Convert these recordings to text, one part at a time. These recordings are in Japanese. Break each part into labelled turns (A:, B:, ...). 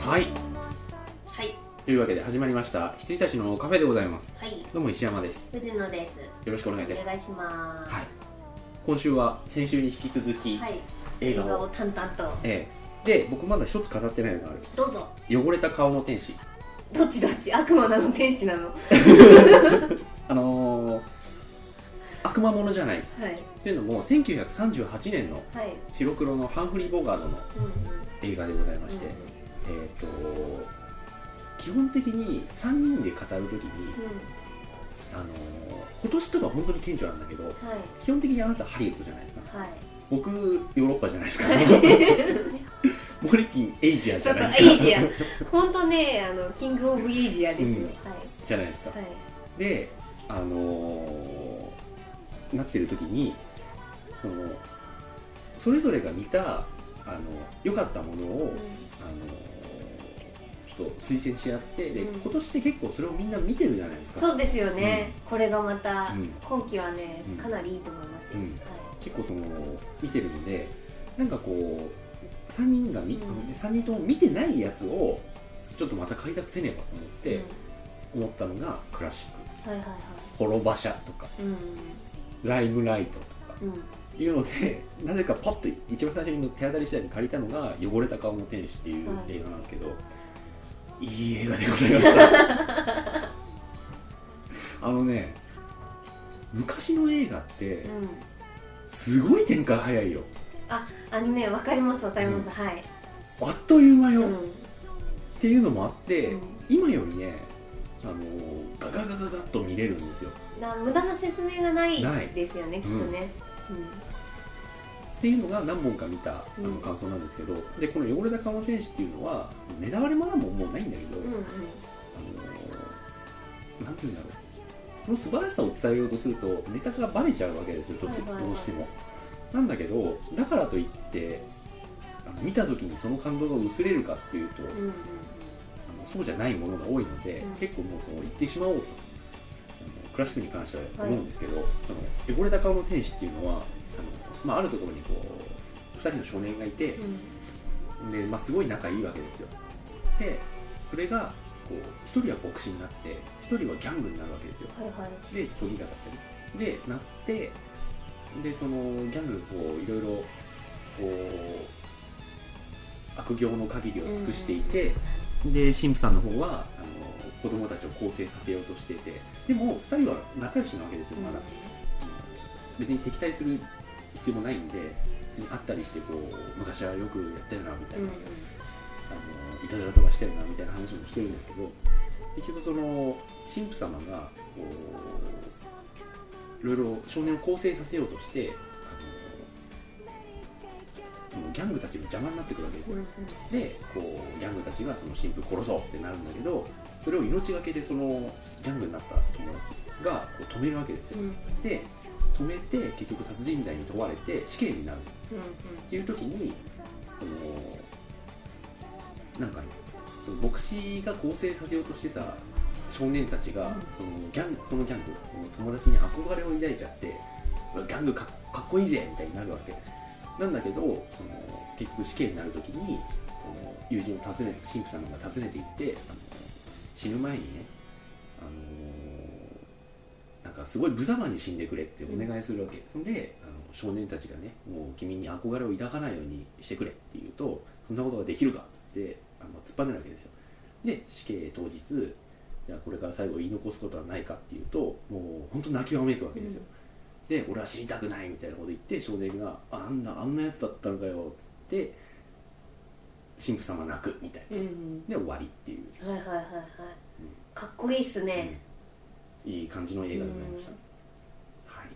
A: はい
B: はい
A: というわけで始まりました羊たちのカフェでございます
B: はい
A: どうも石山です
B: 藤野で
A: よろしくお願いいたしま
B: すお
A: す
B: 願いします
A: はい今週は先週に引き続き、
B: はい
A: 映
B: 映
A: 画を
B: 画を淡々と
A: ええで僕まだ一つ語ってないのがある
B: どうぞ
A: 汚れた顔の天使
B: どっちどっち悪魔なの天使なのは
A: あのー、悪魔ものじゃないです
B: い
A: というのも1938年の
B: はい
A: 白黒のハンフリー・ボガードの
B: うんうん
A: 映画でございまして、えっ、と基本的に3人で語るときに、
B: う
A: あのー今年とか本当に顕著なんだけど
B: んはい
A: 基本的にあなたハリウッドじゃないですか
B: はい
A: 僕ヨーロッパじゃないですか
B: ち
A: モリキンエイジアじ
B: ょ
A: ゃ
B: っ
A: ないで
B: と
A: すか
B: エイジア本当ねあのキングオブエイジアですよ、
A: うん
B: はい
A: じゃないですか
B: はい
A: であのーなってる時にそのそれぞれが見たあの良かったものを、あのーちょっと推薦し合ってで、
B: うん
A: 今年って結構それをみんな見てるじゃないですか
B: そうですよね、これがまた、
A: うん
B: 今期はね
A: うん
B: かなりいいと思いますよ、
A: うん結構その見てるのでなんかこう3人が見、
B: うん
A: 三人とも見てないやつをちょっとまた開拓せねばと思って、思ったのがクラシック
B: はい、うん、はいはいは
A: 「滅場者」とか
B: いうん
A: 「ライムライト」とか
B: うん
A: いうので なぜかパッと一番最初に手当たり次第に借りたのが「汚れた顔の天使」っていう
B: はい
A: 映画なんですけど、い、い映画でございました あのね昔の映画って
B: うん
A: すごい展開早いよ
B: あのねわかりますわかります、はい、
A: あっという間よ、
B: う
A: っ
B: ん
A: ていうのもあって、
B: うん
A: 今よりねあのーガガガガガッと見れるんですよ
B: な無駄な説明がない
A: ない
B: ですよねきっとね、うん
A: っていうのが何本か見たあ
B: う
A: の
B: ん
A: 感想なんですけど、でこの「汚れた顔の天使」っていうのは狙われもなんももうないんだけど、
B: うんうん
A: あのーなんていうんだろうその素晴らしさを伝えようとするとネタがバレちゃうわけですよどっち
B: はい
A: ど
B: はいはいう
A: してもなんだけどだからといってあの見た時にその感動が薄れるかっていうと、
B: うんうん
A: あのそうじゃないものが多いので、
B: うん
A: 結構もうその言ってしまおうとあのクラシックに関しては思うんですけど、その汚れた顔の天使っていうのはあの、まあ、あるところにこう2人の少年がいて、
B: うん
A: でまあ、すごい仲いいわけですよでそれがこう1人は牧師になって1人はギャングになるわけですよ
B: はいはい
A: で時が経ったりでなってでそのギャングがこういろいろこう悪行の限りを尽くしていて、で神父さんの方はあの子供たちを更生させようとしていてでも2人は仲良しなわけですよまだ、別に敵対する必要もないんで別に会ったりしてこう昔はよくやったよなみたい
B: うん
A: な、
B: うん
A: あのいたずらとかしてるなみたいな話もしてるんですけど結局その神父様がこういろいろ少年を更生させようとしてあのそのギャングたちの邪魔になってくるわけです
B: うん
A: よ
B: うん
A: でこうギャングたちがその神父殺そうってなるんだけどそれを命がけでそのギャングになった友達がこう止めるわけですよ
B: うんうん
A: で止めて結局殺人罪に問われて死刑になるっていう時にそのなんかねその牧師が更生させようとしてた少年たちが、
B: うん
A: そのギャンそのギャングその友達に憧れを抱いちゃってうわギャングかかっこいいぜみたいになるわけなんだけどその結局死刑になる時にその友人を訪ね神父さんが訪ねていってあの死ぬ前にねあのなんかすごい無様に死んでくれってお願いするわけ、そんであの少年たちがねもう君に憧れを抱かないようにしてくれって言うとそんなことができるかっつってあの突っ張ねるわけですよで死刑当日じゃあこれから最後言い残すことはないかっていうともう本当泣きわめくわけですよ、で俺は死にたくないみたいなこと言って少年があんなあんなやつだったのかよって言って神父さんは泣くみたい
B: うんうん
A: なで終わりっていう、
B: うんはいはいはいはい
A: うん
B: かっこいいっすね、
A: うんいい感じの映画でございました、
B: うん
A: はい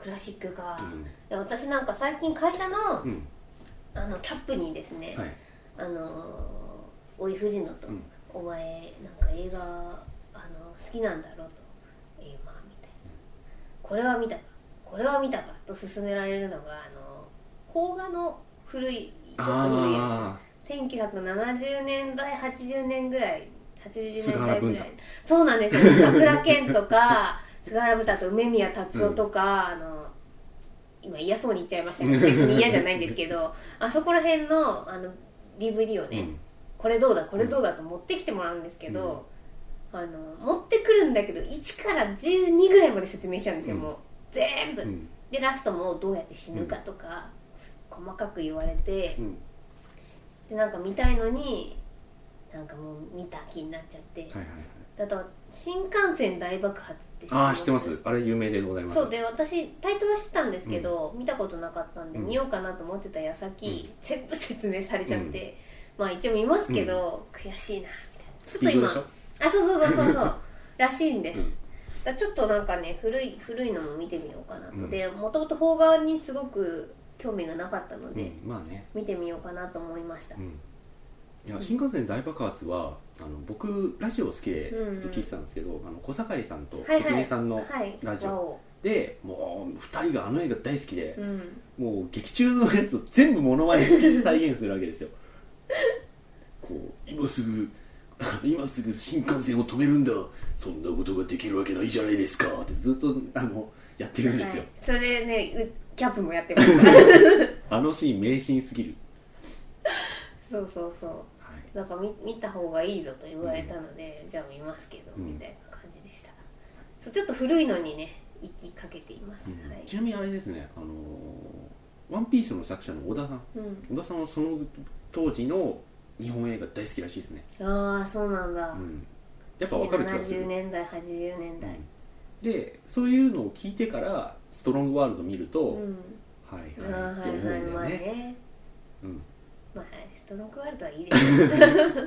B: クラシックが、で私なんか最近会社の
A: うん、うん
B: あのキャップにですね、
A: はい
B: あのーおい藤野と、
A: うん
B: お前なんか映画あの好きなんだろうとえーまあみたいなこれは見たかこれは見たかと勧められるのがあの邦画の古いちょっと古いや
A: あ
B: つ1970年代80年ぐらい80年
A: 菅原
B: 代
A: 文
B: ぐ
A: 太
B: らいそうなんですよ高倉健とか 菅原文太と梅宮達夫とか、あの 今嫌そうに言っちゃいましたけど別に嫌じゃないんですけどあそこら辺のあの DVD をね、
A: うん
B: これどうだこれどうだと持ってきてもらうんですけど、あの持ってくるんだけど1から12ぐらいまで説明しちゃうんですよ、
A: うん
B: もう全部、
A: うん
B: でラストもどうやって死ぬかとか、細かく言われて
A: うん
B: でなんか見たいのになんかもう見た気になっちゃって、
A: はいはいはい
B: あと新幹線大爆発って
A: ああ知ってますあれ有名でございます
B: そうで私タイトルは知ったんですけど、見たことなかったんで
A: うん
B: 見ようかなと思ってた矢先、
A: う
B: 全部説明されちゃって、まあ一応見ますけど、悔しいな
A: ス
B: み
A: ピ
B: たい
A: ード
B: な
A: でし
B: ちょっ
A: ょ
B: と今あそうそうそうそうそうらしいんです、
A: うん
B: だからちょっとなんかね古い古いのも見てみようかな
A: う
B: と
A: ん
B: でもともと邦画にすごく興味がなかったの
A: う
B: で、
A: んまあね
B: 見てみようかなと思いました、
A: うんいや新幹線大爆発はあの僕ラジオ好きで
B: うんうん
A: 聞いてたんですけど、あの小堺さんと
B: はいはい
A: 関根さんの
B: はい
A: ラジオ
B: 和を
A: でもう2人があの映画大好きで
B: う、ん
A: もう劇中のやつを全部モノマネ付きで再現するわけですよ こう今すぐ 今すぐ新幹線を止めるんだそんなことができるわけないじゃないですかってずっとあのやってるんですよ、
B: はい、それねうキャップもやってまし た
A: あのシーン迷信すぎる、
B: そうそうそう
A: はい、
B: なんか見見た方がいいぞと言われたので、じゃあ見ますけど、
A: うん
B: みたいな感じでしたそうちょっと古いのにね行きかけています、
A: うん
B: はい
A: ち、なみにあれですね「あのーワンピースの作者の小田さん
B: うん、
A: 小田さんはその当時の日本映画大好きらしいですね、
B: ああそうなんだ
A: う、ん、やっぱ分かる気がする
B: 70年代80年代
A: うんでそういうのを聞いてから「ストロングワールド」見ると、
B: うん、
A: はいはいって
B: あ
A: 思
B: あはい
A: うんだ
B: はい
A: よ
B: まあ
A: ね、
B: ね
A: うん、
B: まあストロークワールドはいいです よ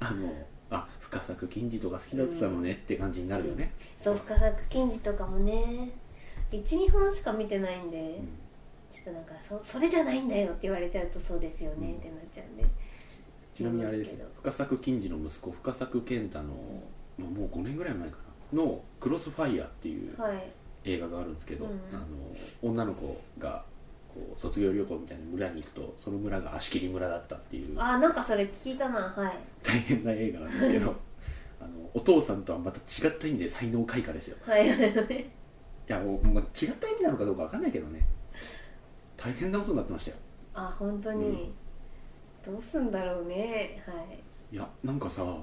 A: あのあ深作金次とか好きだったのねって感じになるよね、
B: そう深作金次とかもね12本しか見てないんで、
A: うん
B: ちょっとなんかそそれじゃないんだよって言われちゃうとそうですよね、
A: うん
B: ってなっちゃうんで
A: ちなみにあれですね
B: そうです
A: 深作金次の息子深作健太の、まあもう5年ぐらい前かなの「クロスファイア」っていう
B: はい
A: 映画があるんですけど、
B: うん
A: あの女の子がこう卒業旅行みたいな村に行くとその村が足切り村だったっていう
B: ああなんかそれ聞いたなはい
A: 大変な映画なんですけ どあのお父さんとはまた違った意味で才能開花ですよ
B: はいはいはい
A: いやもう、まあ、違った意味なのかどうかわかんないけどね大変なことになってましたよ
B: あ本当に、どうすんだろうねはい
A: いやなんかさ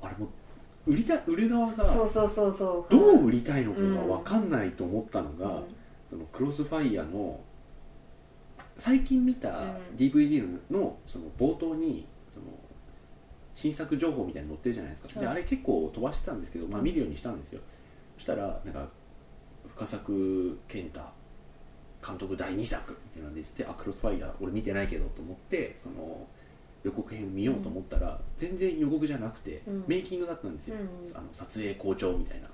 A: あれも売りた売る側
B: そ
A: が
B: うそうそうそう
A: ど
B: は
A: う
B: い
A: 売りたいのかがわかんないと思ったの
B: う
A: が、
B: ん
A: そのクロスファイヤーの最近見た
B: うん
A: DVD ののその冒頭にその新作情報みたいに載ってるじゃないですか、で
B: は
A: あ
B: い
A: れ結構飛ばしてたんですけど、まあ、見るようにしたんですよそしたらなんか深作健太監督第2作っていうのが出ててあクロスファイヤー俺見てないけどと思ってその予告編を見ようと思ったら、全然予告じゃなくて、
B: うん
A: メイキングだったんですよ、
B: うん
A: あの撮影好調みたいな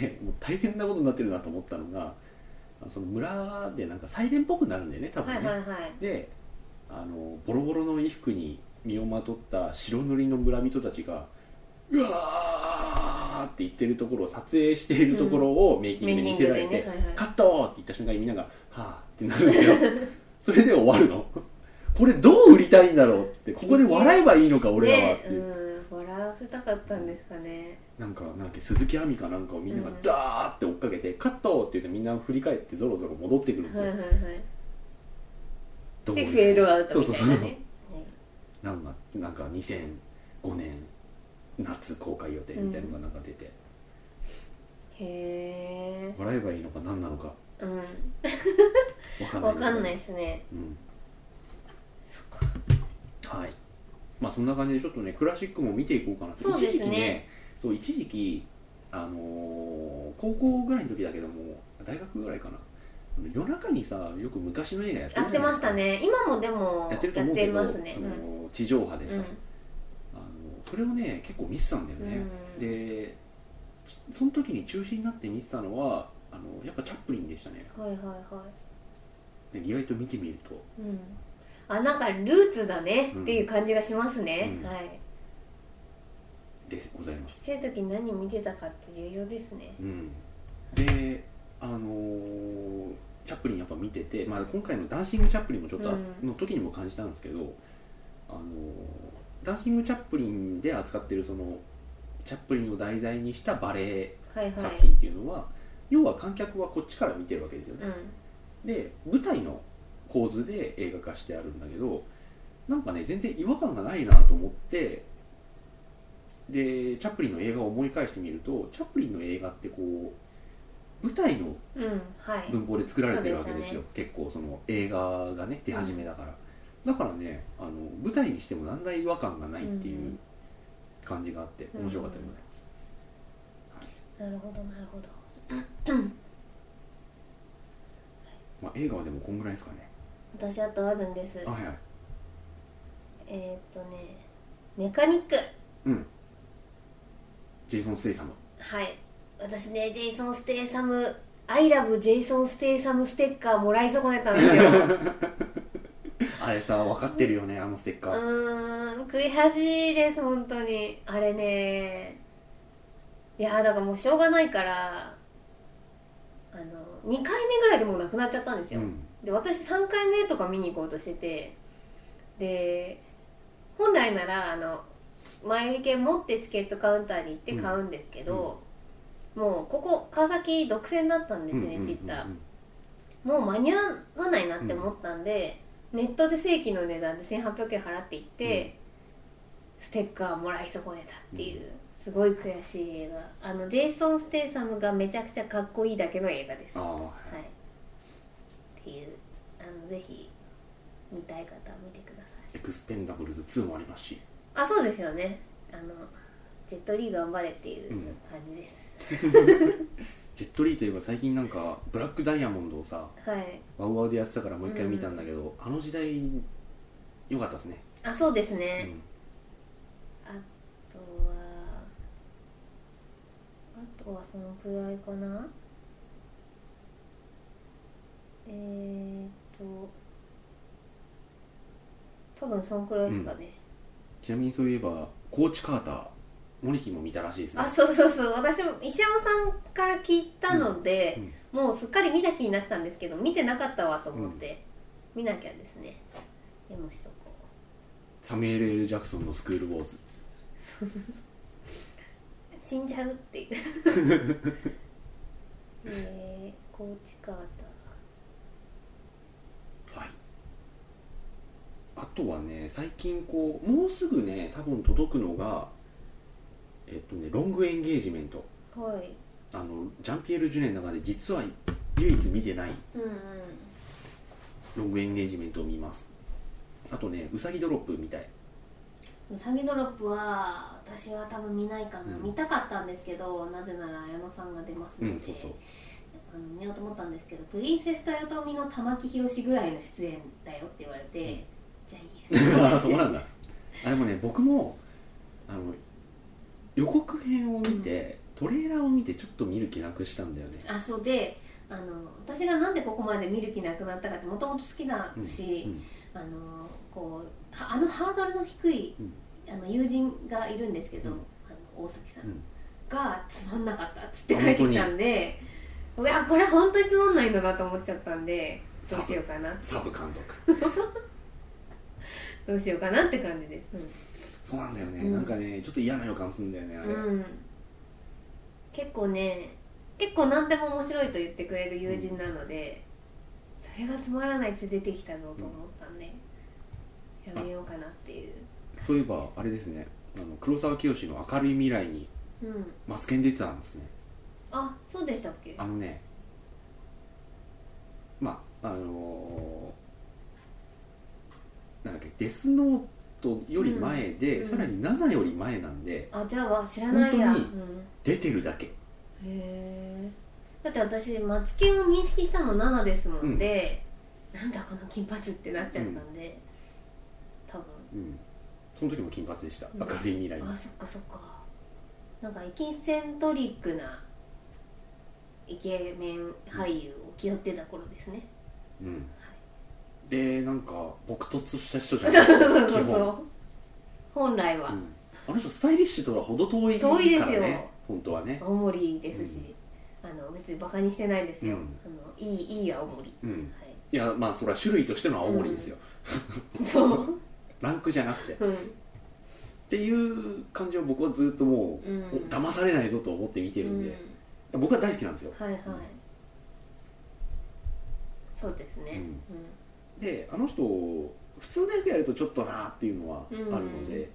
A: でもう大変なことになってるなと思ったのがあのその村でなんかサイレンっぽくなるんだよね多分
B: は
A: ね、
B: いはいはい
A: であのボロボロの衣服に身をまとった白塗りの村人たちが「うわー!」って言ってるところを撮影しているところをメイキングで見せられて「
B: はいはい
A: カット!」って言った瞬間にみんなが「はーってなるんですよ それで終わるのこれどう売りたいんだろうってここで笑えばいいのか俺らはっていう、
B: ねうん笑わせたかったんですかね
A: なんかなんだっけ鈴木亜美かなんかをみんなが
B: うん
A: ダーって追っかけて、カットって言ってみんな振り返ってぞろぞろ戻ってくるんです
B: はい
A: よ、
B: はいは
A: どう
B: いで
A: も
B: フェードアウトみ
A: そう
B: た
A: そ
B: いうな
A: そう
B: ねはい
A: なんかなんか2005年夏公開予定みたいなのがなんか出て、
B: へ
A: 笑えばいいのか何なのか
B: えうん
A: 分かんない
B: わかんないですね
A: うん
B: そ
A: はいまあそんな感じでちょっとねクラシックも見ていこうかなと
B: そうで
A: 一
B: すね
A: 時期ねそう一時期あのー高校ぐらいの時だけども大学ぐらいかな夜中にさよく昔の映画やって
B: や
A: る
B: っ
A: じ
B: て
A: ゃない
B: ま
A: です
B: し
A: か
B: たね今もでも
A: や
B: や
A: ってると
B: っ
A: 思う
B: て
A: けど
B: ますね
A: そうの
B: ん
A: 地上波でさ、
B: うん
A: あのそれをね結構見てたんだよね、
B: うん
A: でちその時に中心になって見てたのはあのやっぱチャップリンでしたね
B: はいはいは
A: で意外と見てみると
B: いうんあなんかルーツだねっていう感じがしますね
A: うん
B: はい
A: でございま
B: ち
A: す
B: っちゃい時に何見てたかって重要ですね
A: うんであのーチャップリンやっぱ見てて、まあ、今回の「ダンシング・チャップリン」もちょっとあ、
B: うん
A: の時にも感じたんですけどあのーダンシング・チャップリンで扱ってるそのチャップリンを題材にしたバレエ
B: はいはい
A: 作品っていうのは、要は観客はこっちから見てるわけですよね
B: うん
A: で舞台の構図で映画化してあるんだけどなんかね全然違和感がないなと思ってでチャップリンの映画を思い返してみるとチャップリンの映画ってこう舞台の
B: うんはい
A: 文法で作られてるわけですよ、
B: は
A: 結構その映画がね出始めだから、だからねあの舞台にしても何ら違和感がないっていう感じがあって
B: うん
A: 面白かったでございます、はい
B: なるほどなるほど
A: まあ、映画はでもこんぐらいですかね
B: 私あとあるんです
A: あはいはい
B: えーっとねメカニック
A: ジェイソン・ステイ様
B: はい私ねジェイソン・ステイサム「アイラブ・ジェイソン・ステイサム」ステッカーもらい損ねたんですよう
A: あれさ分かってるよねあのステッカー、
B: ーん悔しいです本当にあれねいやだからもうしょうがないからあの2回目ぐらいでもうなくなっちゃったんです
A: う
B: よ、
A: ん
B: で私3回目とか見に行こうとしててで本来ならあの前売り券持ってチケットカウンターに行って買うんですけど、もうここ川崎独占だったんですね、
A: うんうんうんうん
B: ツイッターもう間に合わないなって思ったんで、ネットで正規の値段で1800円払って行って、ステッカーもらい損ねたっていう、すごい悔しい映画あのジェイソン・ステイサムがめちゃくちゃかっこいいだけの映画です
A: ああ、はい
B: はい、っていうあのぜひ見たい方は見てくださ
A: エ
B: い
A: クスペンダブルズ2もありますし
B: あそうですよねあのジェットリー頑張れっていううん感じです、
A: ジェットリーといえば最近なんかブラックダイヤモンドをさ
B: はい
A: ワウワウでやってたからもう一回見たんだけど、あの時代良かったですね、
B: あそうです
A: う
B: ね、
A: ん、
B: あとはあとはそのくらいかなえー、っと多分そのくらいですかね、
A: ちなみにそういえばコーチ・カーターモリキも見たらしいですね
B: あそうそうそう私も石山さんから聞いたので、
A: うん
B: もうすっかり見た気になってたんですけど見てなかったわと思って、見なきゃですねでもしとこ
A: サミュエル・ L ・ジャクソンの「スクール・ウォーズ
B: う死んじゃうって いうえー、コーチカーター」
A: はいあとはね最近こうもうすぐね多分届くのがえっとねロングエンゲージメント
B: はい
A: あのジャンピエール・ジュネの中で実は唯一見てない
B: うんうん
A: ロングエンゲージメントを見ますあとねウサギドロップみたいう
B: さぎドロップは私は多分見ないかな、
A: うん
B: 見たかったんですけどなぜなら綾野さんが出ますの
A: う
B: で、
A: んそうそう
B: あの見ようと思ったんですけど「プリンセスとよとみの玉木宏ぐらいの出演だよ」って言われて、
A: うん
B: じゃあいいや
A: あ そうなんだあでもね僕もあの予告編を見て、トレーラーを見てちょっと見る気なくしたんだよね
B: あそうであの私がなんでここまで見る気なくなったかってもともと好きだ
A: うんう
B: し、
A: ん
B: あのこうはあのハードルの低い、
A: うん
B: あの友人がいるんですけど、
A: うん
B: あの大崎さん、
A: うん
B: がつまんなかったっつって帰ってきたんでいやこれ本当につまんないんだなと思っちゃったんでどうしようかな
A: サブ監督
B: どうしようかなって感じです、うん
A: そうなんだよね、
B: うん
A: なんかねちょっと嫌な予感するんだよねあれ、
B: うん、結構ね結構何でも面白いと言ってくれる友人なので、それがつまらないっつ出てきたぞと思ったんで、やめようかなっていう
A: そういえばあれですねあの黒沢清の「明るい未来」に
B: うん
A: マツケン出てたんですね
B: あそうでしたっけ
A: あのねまああのーなんだっけデスノートより前で、
B: うん
A: さらに7より前なんで
B: あじゃあわ知らないや、う
A: 本当に
B: ん、
A: 出てるだけ
B: へえだって私マツケンを認識したの7ですもんで、なんだこの金髪ってなっちゃったんで、多分
A: うんその時も金髪でした
B: うん
A: 明るい未来に、
B: あそっかそっかなんかエキセントリックなイケメン俳優を気取ってた頃ですね、
A: うん
B: は
A: でなんか僕突した人じゃ
B: い、
A: な
B: そ
A: いうですか
B: そうそう
A: 基
B: そ
A: 本
B: う本来
A: う
B: は
A: んあの人スタイリッシュとはほど遠いから
B: 遠いですよ
A: ね本当はね
B: 青森ですし、あの別にバカにしてないですよ、
A: うん
B: あのいいいい青森、
A: うん
B: はい
A: やまあそれは種類としての青森ですよ、
B: い、そう、
A: ランクじゃなくてっ
B: うん
A: ていう感じを僕はずっとも
B: う
A: う、
B: ん、
A: お騙されないぞと思って見てるんで、僕は大好きなんですよ
B: うん、はいはい、そうです
A: う
B: ね、
A: んであの人2普通の役やるとちょっとなーっていうのはあるので、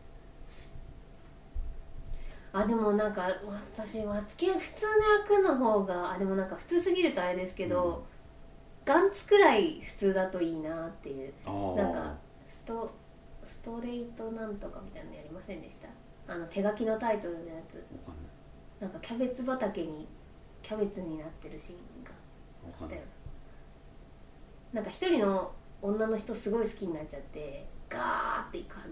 B: あでもなんか私マツケン普通の役の方があでもなんか普通すぎるとあれですけど、ガンツくらい普通だといいなっていう
A: あ
B: なんか
A: あ
B: ストストレートなんとかみたいなのやりませんでしたあの手書きのタイトルのやつ
A: 分かんない
B: なんかキャベツ畑にキャベツになってるシーンが
A: 分
B: あ
A: か
B: っ
A: んな
B: た
A: い
B: よななんか一人の女の人すごい好きになっちゃってガーっていく話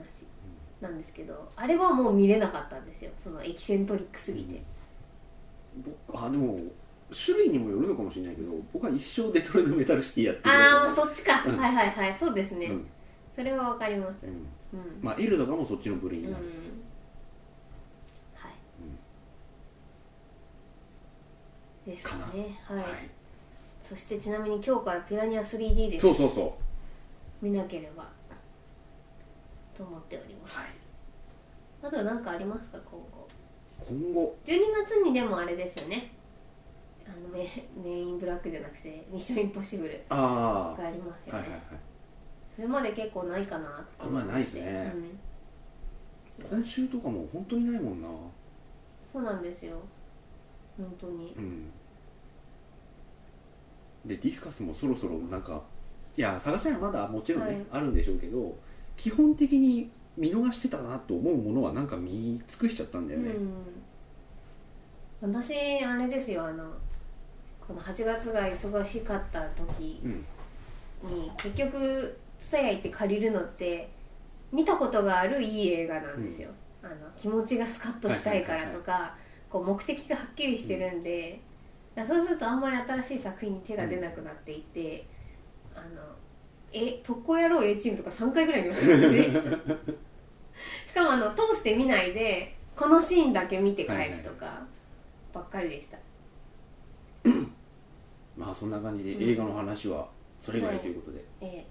B: なんですけどあれはもう見れなかったんですよそのエキセントリックすぎて、
A: 僕あでも種類にもよるのかもしれないけど僕は一生デトロイトメタルシティやってる
B: ああそっちか、
A: うん
B: はいはいはいそうですね、
A: うん
B: それはわかりま
A: う、
B: す
A: ん
B: うん
A: まあ L とかもそっちの部類
B: うん
A: になる、
B: はい、です
A: かな
B: ねはい、
A: は
B: そしてちなみに今日からピラニア 3D で
A: い、
B: す
A: そうそうそう
B: 見なければと思っております
A: はい
B: あと何かありますか今後
A: 今後
B: 12月にでもあれですよねあのメメインブラックじゃなくてミッションインポッシブル
A: あ
B: があります
A: あ
B: よ
A: は
B: ね、
A: いはいはい
B: それまで結構ないかなと思っ
A: あ
B: て
A: んまないですね
B: うん
A: 今週とかも本当にないもんな
B: そうなんですよ本当に
A: うんでディスカスもそろそろなんかいや探したらまだもちろんね、
B: はい
A: あるんでしょうけど基本的に見逃してたなと思うものはなんか見尽くしちゃったんだよね、
B: うん、私あれですよあのこの8月が忙しかった時
A: うん
B: に結局蔦屋行って借りるのって見たことがあるいい映画なんですよ、あの気持ちがスカッとしたいからとか、こう目的がはっきりしてるんで、だからそうするとあんまり新しい作品に手が出なくなっていて、あのえ特攻野郎 A チームとか3回ぐらい見ましたよ私しかもあの通して見ないでこのシーンだけ見て返すとかばっかりでした、
A: まあそんな感じで
B: うん
A: 映画の話はそれぐらいということで、
B: え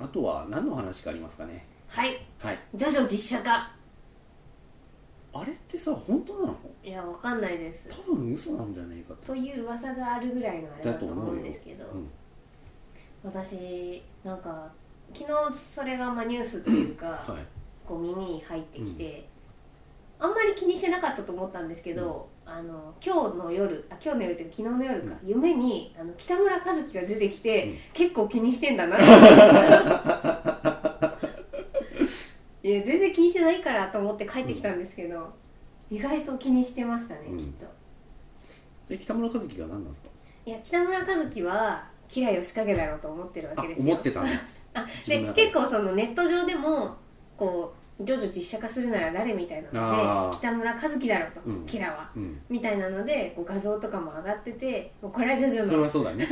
A: あとは何の話かありますかね
B: ーはい
A: はい
B: ジョジョ実写化
A: あれってさ本当なの
B: いやわかんないです
A: 多分嘘なんじゃないかと
B: という噂があるぐらいのあれだと思うんですけど、
A: うん
B: 私なんか昨日それがまあニュースというか、
A: はい
B: こう耳に入ってきて、あんまり気にしてなかったと思ったんですけど、あの今日の夜あ今日の夜っていうか昨日の夜か、夢にあの北村一輝が出てきて、
A: うん
B: 結構気にしてんだなって思いました いや全然気にしてないからと思って帰ってきたんですけど、意外と気にしてましたね、
A: うん
B: きっと。
A: で北村一輝が何なんですか
B: いや北村一輝は吉良義景だろうと思ってるわ
A: あ
B: けですよ
A: 思ってたね
B: あ
A: 自
B: で
A: 分の中で
B: 結構そのネット上でもこう徐々実写化するなら誰みたいなの
A: あ
B: で
A: ー
B: 北村一輝だろうと、
A: うん
B: キラは
A: うん
B: みたいなのでこう画像とかも上がっててもうこれは徐々
A: そ
B: だ
A: れ
B: っ
A: はそうだね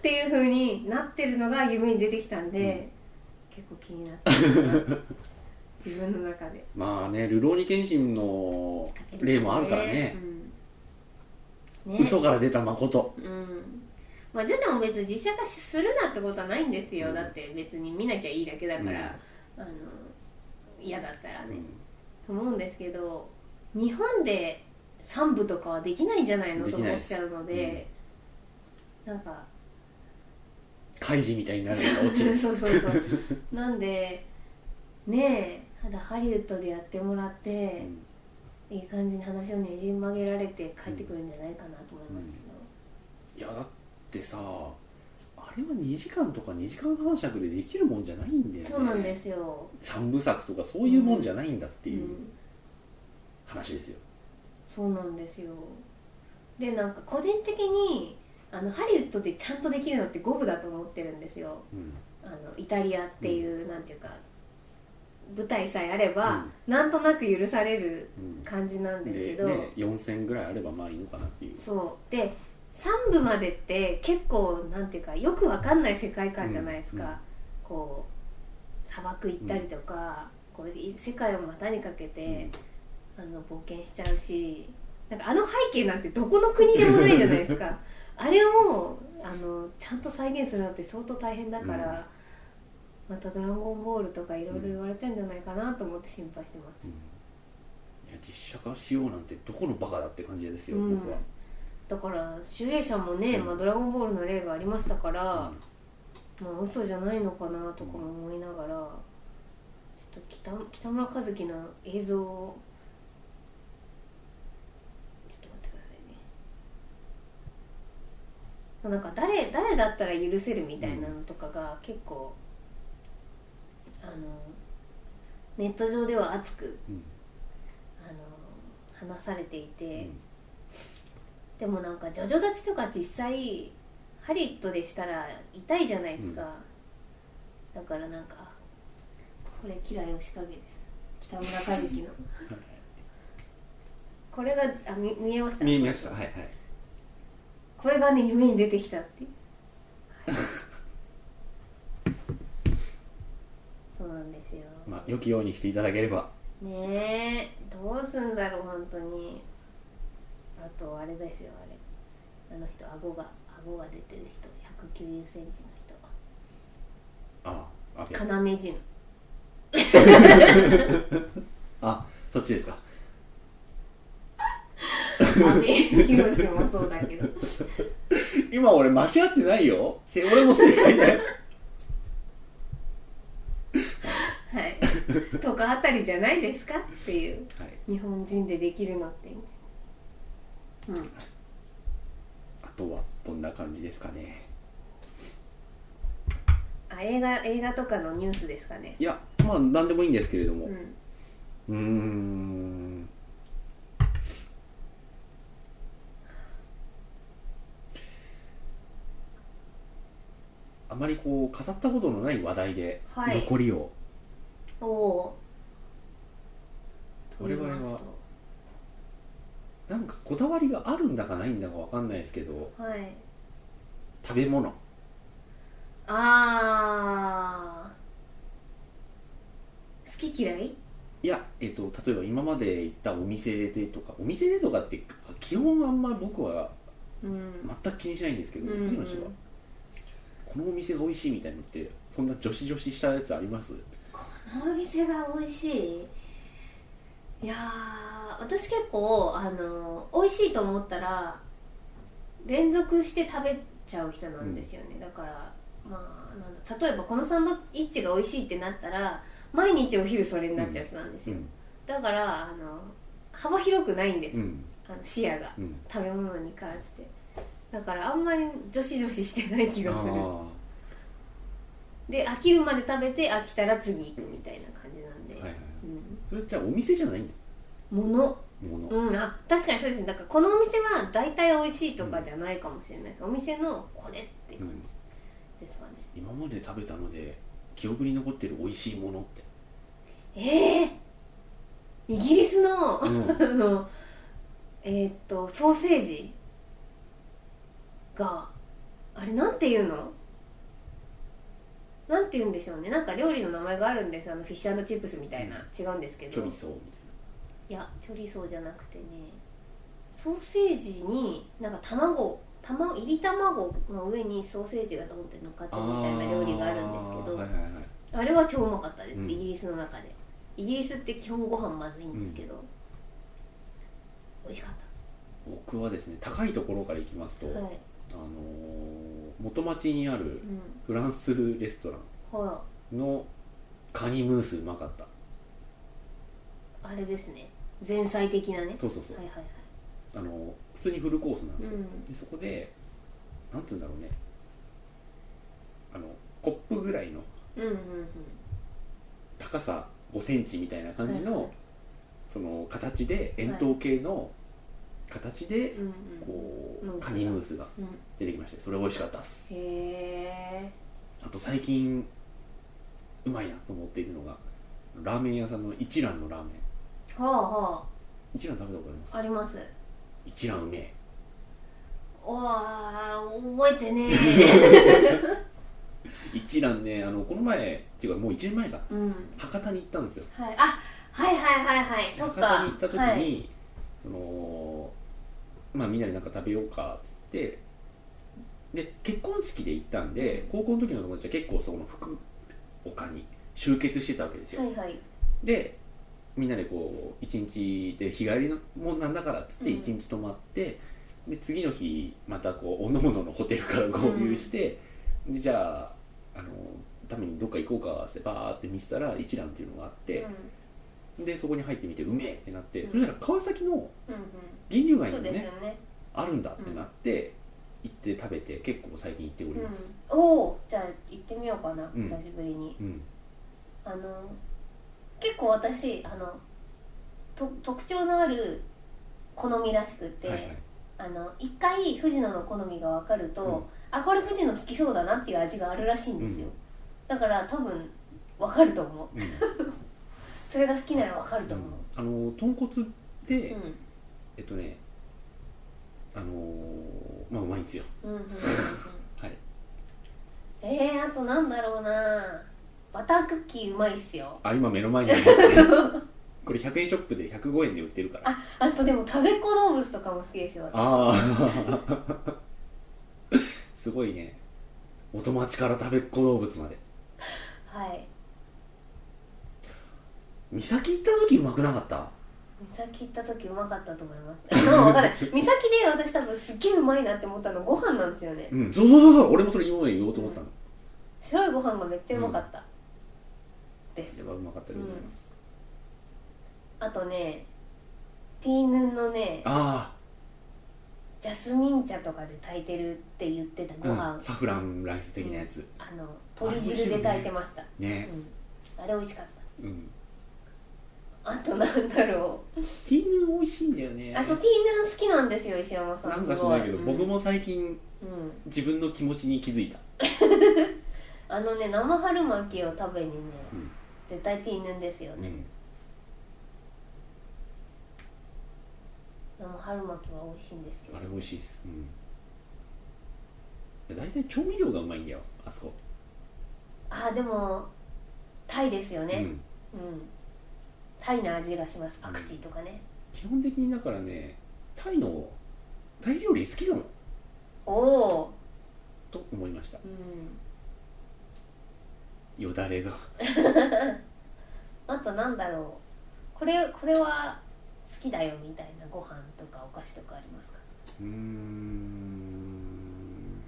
B: ていう風になってるのが夢に出てきたんで、結構気になってます自分の中で
A: まあね流浪に謙信の 例もあるからね
B: うんね
A: 嘘から出た誠
B: うんまあ、ジョジョも別に実写化するなってことはないんですよ、
A: うん
B: だって別に見なきゃいいだけだから、あの嫌だったらね、と思うんですけど日本で3部とかはできないんじゃないの
A: で
B: と
A: きない
B: 思っ
A: で
B: ち
A: す
B: ゃうので、なんか
A: 開示みたいになるようなオチです
B: そうそ うそうなんでねえただハリウッドでやってもらって、いい感じに話をねじ曲げられて帰ってくるんじゃないかなと思いますけ
A: い
B: ど、
A: やだってさあれは2時間とか2時間半尺でできるもんじゃないんだよね
B: そうなんですよ、
A: 3部作とかそういうもんじゃないんだっていううん話ですよ、
B: そうなんですよでなんか個人的にあのハリウッドでちゃんとできるのって五部だと思ってるんですよ
A: うん
B: あのイタリアっていう、なんていうか舞台さえあれば、なんとなく許される
A: うん
B: 感じなんですけど、
A: ね、4000ぐらいあればまあいいのかなっていう
B: そうで3部までって結構なんていうかよくわかんない世界観じゃないですか、
A: うんうん
B: こう砂漠行ったりとか、こうい世界を股にかけて、あの冒険しちゃうしなんかあの背景なんてどこの国でもないじゃないですかあれをあのちゃんと再現するのって相当大変だから、また「ドラゴンボール」とかいろいろ言われちゃうんじゃないかなと思って心配してます、
A: うんいや実写化しようなんてどこのバカだって感じですよ、
B: うん
A: 僕は、
B: だから集英社もね、
A: うん
B: まあ「ドラゴンボール」の例がありましたから、まあ嘘じゃないのかなとかも思いながらちょっと北北村一輝の映像をちょっと待ってくださいねまあなんか誰誰だったら許せるみたいなのとかが結構、あのネット上では熱く
A: うん
B: あの話されていて。
A: うん
B: でもなんかジョジョ立ちとか実際ハリウッドでしたら痛いじゃないですか、だからなんかこれ嫌い押し影です北村一輝の これがあ見見えました
A: 見えましたはいはい
B: これがね夢に出てきた っていうそうなんですよ
A: まあ良きようにしていただければ
B: ねえどうすんだろう本当にあとあれですよあれあの人顎が顎が出てる人1 9 0センチの人
A: あああれ
B: 要潤
A: あそっちですか
B: 阿部寛もそうだけど
A: 今俺間違ってないよせ俺も正解だよ
B: はいとかあたりじゃないですかっていう
A: はい
B: 日本人でできるのってうん
A: あとはどんな感じですかね
B: あ映画映画とかのニュースですかね
A: いやまあ何でもいいんですけれども
B: うん
A: うーんあまりこう語ったことのない話題で
B: はい
A: 残りを、
B: おお
A: 我々はなんかこだわりがあるんだかないんだかわかんないですけど
B: はい
A: 食べ物
B: あー好き嫌い
A: いや、えっと、例えば今まで行ったお店でとかお店でとかって基本あんまり僕は
B: うん
A: 全く気にしないんですけど、
B: うんうん
A: 僕の人はこのお店が美味しいみたいなのってそんな女子女子したやつあります
B: このお店が美味しいいやー私結構あの美味しいと思ったら連続して食べちゃう人なんですよね、だからまあなんだ例えばこのサンドイッチが美味しいってなったら毎日お昼それになっちゃう人なんです
A: う
B: よ、
A: ん
B: だからあの幅広くないんです、
A: うん
B: あの視野が
A: うん
B: 食べ物に関してだからあんまり女子女子してない気がする
A: あ
B: で飽きるまで食べて飽きたら次行くみたいな感じなんで、
A: ーはいはい
B: うん
A: それじゃあお店じゃないんだ
B: 物
A: もの、
B: うんあ確かにそうですねだからこのお店は大体美味しいとかじゃないかもしれない、お店のこれっていう
A: う
B: 感
A: ん
B: じですかね、
A: 今まで食べたので記憶に残ってる美味しいものって、
B: ええイギリスの、
A: うん
B: あのえーっとソーセージがあれなんていうのなんて言うんでしょうねなんか料理の名前があるんですあのフィッシュチップスみたいな、違うんですけ
A: チョ
B: ど
A: リ
B: い
A: ソーみ
B: やチョリソーじゃなくてねソーセージになんか卵卵入り卵の上にソーセージがドンって乗っかって
A: たい
B: る
A: な
B: みたいな料理があるん
A: あ
B: ですけど
A: ーはいはいはい
B: あれは超うまかったです、
A: うん
B: イギリスの中でイギリスって基本ご飯まずいんですけど、美味しかっ
A: 僕はですね高いところから行きますと、
B: た
A: あ
B: は
A: の
B: い、
A: ー元町にある
B: うん、
A: フランスレストラ
B: ほら
A: ンのカニムースうまかった
B: あれですね前菜的なね
A: そうそうそう、
B: はいはいはい
A: あのー普通にフルコースなん
B: う
A: ですよ、
B: ん
A: でそこでなんつうんだろうねあのコップぐらいの
B: うんうん
A: 高さ5センチみたいな感じの、
B: はい
A: その形で円筒形の形で
B: うんうんうん
A: こ
B: う
A: うんカニムースが
B: うん
A: 出てきましてそれ美味しかったっす
B: へえ
A: あと最近うまいなと思っているのがラーメン屋さんの一蘭のラーメン
B: はあは
A: 一蘭食べたことあります
B: ああります
A: 一蘭うめえ
B: おわー覚えてね
A: 一蘭ねあのこの前っていうかもう1年前か
B: うん
A: 博多に行ったんですよ
B: はいあはいはいはいはいそっ
A: 博
B: か
A: 多に行った時に、
B: はい、
A: そのまあみんなでなんか食べようかっつってで結婚式で行ったんで高校の時の友達は結構その福岡に集結してたわけですよ、
B: はいはい
A: でみんなでこう一日で日帰りのもんなんだからっつって
B: うん
A: 一日泊まって、で次の日またこうおのおののホテルから合流して、でじゃああのためにどっか行こうかってバーって見せたら一覧っていうのがあって、でそこに入ってみてうめえってなって、
B: うん
A: そしたら川崎の
B: うんうん
A: 銀龍街に
B: そう
A: も
B: です
A: ね
B: よね
A: あるんだってなって、行って食べて結構最近行ってお
B: う
A: り
B: ん
A: ます、
B: おおじゃあ行ってみようかな
A: うん
B: 久しぶりに
A: うん
B: あの結構私あのと特徴のある好みらしくて、
A: はいはい
B: あの一回富士野の好みが分かると、あこれ富士野好きそうだなっていう味があるらしいんですよ、
A: うん
B: だから多分分かると思う
A: うん
B: それが好きなら分かると思う
A: あの豚骨って、
B: うん
A: えっとねあのーまあうまいんですよ
B: うんうんうんうん
A: はい
B: えー、あとなんだろうなバタークッキーうまいっすよ
A: あ今目の前にあります ねこれ100円ショップで105円で売ってるからあ
B: あとでも食べっ子動物とかも好きですよ
A: あー すごいね元町から食べっ子動物まで
B: はい
A: 三崎行った時うまくなかった
B: 三崎行った時うまかったと思います そう分か んない三崎で私多分すっげえうまいなって思ったのご飯なんですよね
A: うんそうそうそうそう俺もそれ言おう言おうと思ったの
B: 白いご飯がめっちゃうまかった、です
A: ではうまかったでございます、
B: あとねティーヌンのね
A: あ
B: ジャスミン茶とかで炊いてるって言ってた
A: あ、
B: ご飯、
A: うん、サフランライス的なやつ、
B: あの鶏汁で炊いてました
A: ね
B: うん、あれ美味しかっ
A: うん
B: たあとなんだろ
A: ティーヌー美味しいんだよ
B: う
A: ね
B: あとティーヌン好きなんですよ石山さん
A: なんかしないけど、
B: すごい
A: 僕、も最近
B: うんうん
A: 自分の気持ちに気づいた
B: あのね生春巻きを食べにね、
A: うん
B: 絶対ティーヌンですよ
A: う
B: ね、
A: ん
B: 生春巻きは美味しいんですけど
A: あれ美味しいっすうんで大体調味料がうまいんだよあそこ
B: あでもタイですよ
A: う
B: ね
A: ん、
B: うん、タイな味がしますパクチーとかね、
A: 基本的にだからねタイのタイ料理好きなの
B: おお
A: と思いました
B: うん
A: よだれが
B: あとなんだろうこれこれは好きだよみたいなご飯とかお菓子とかありますか
A: うーん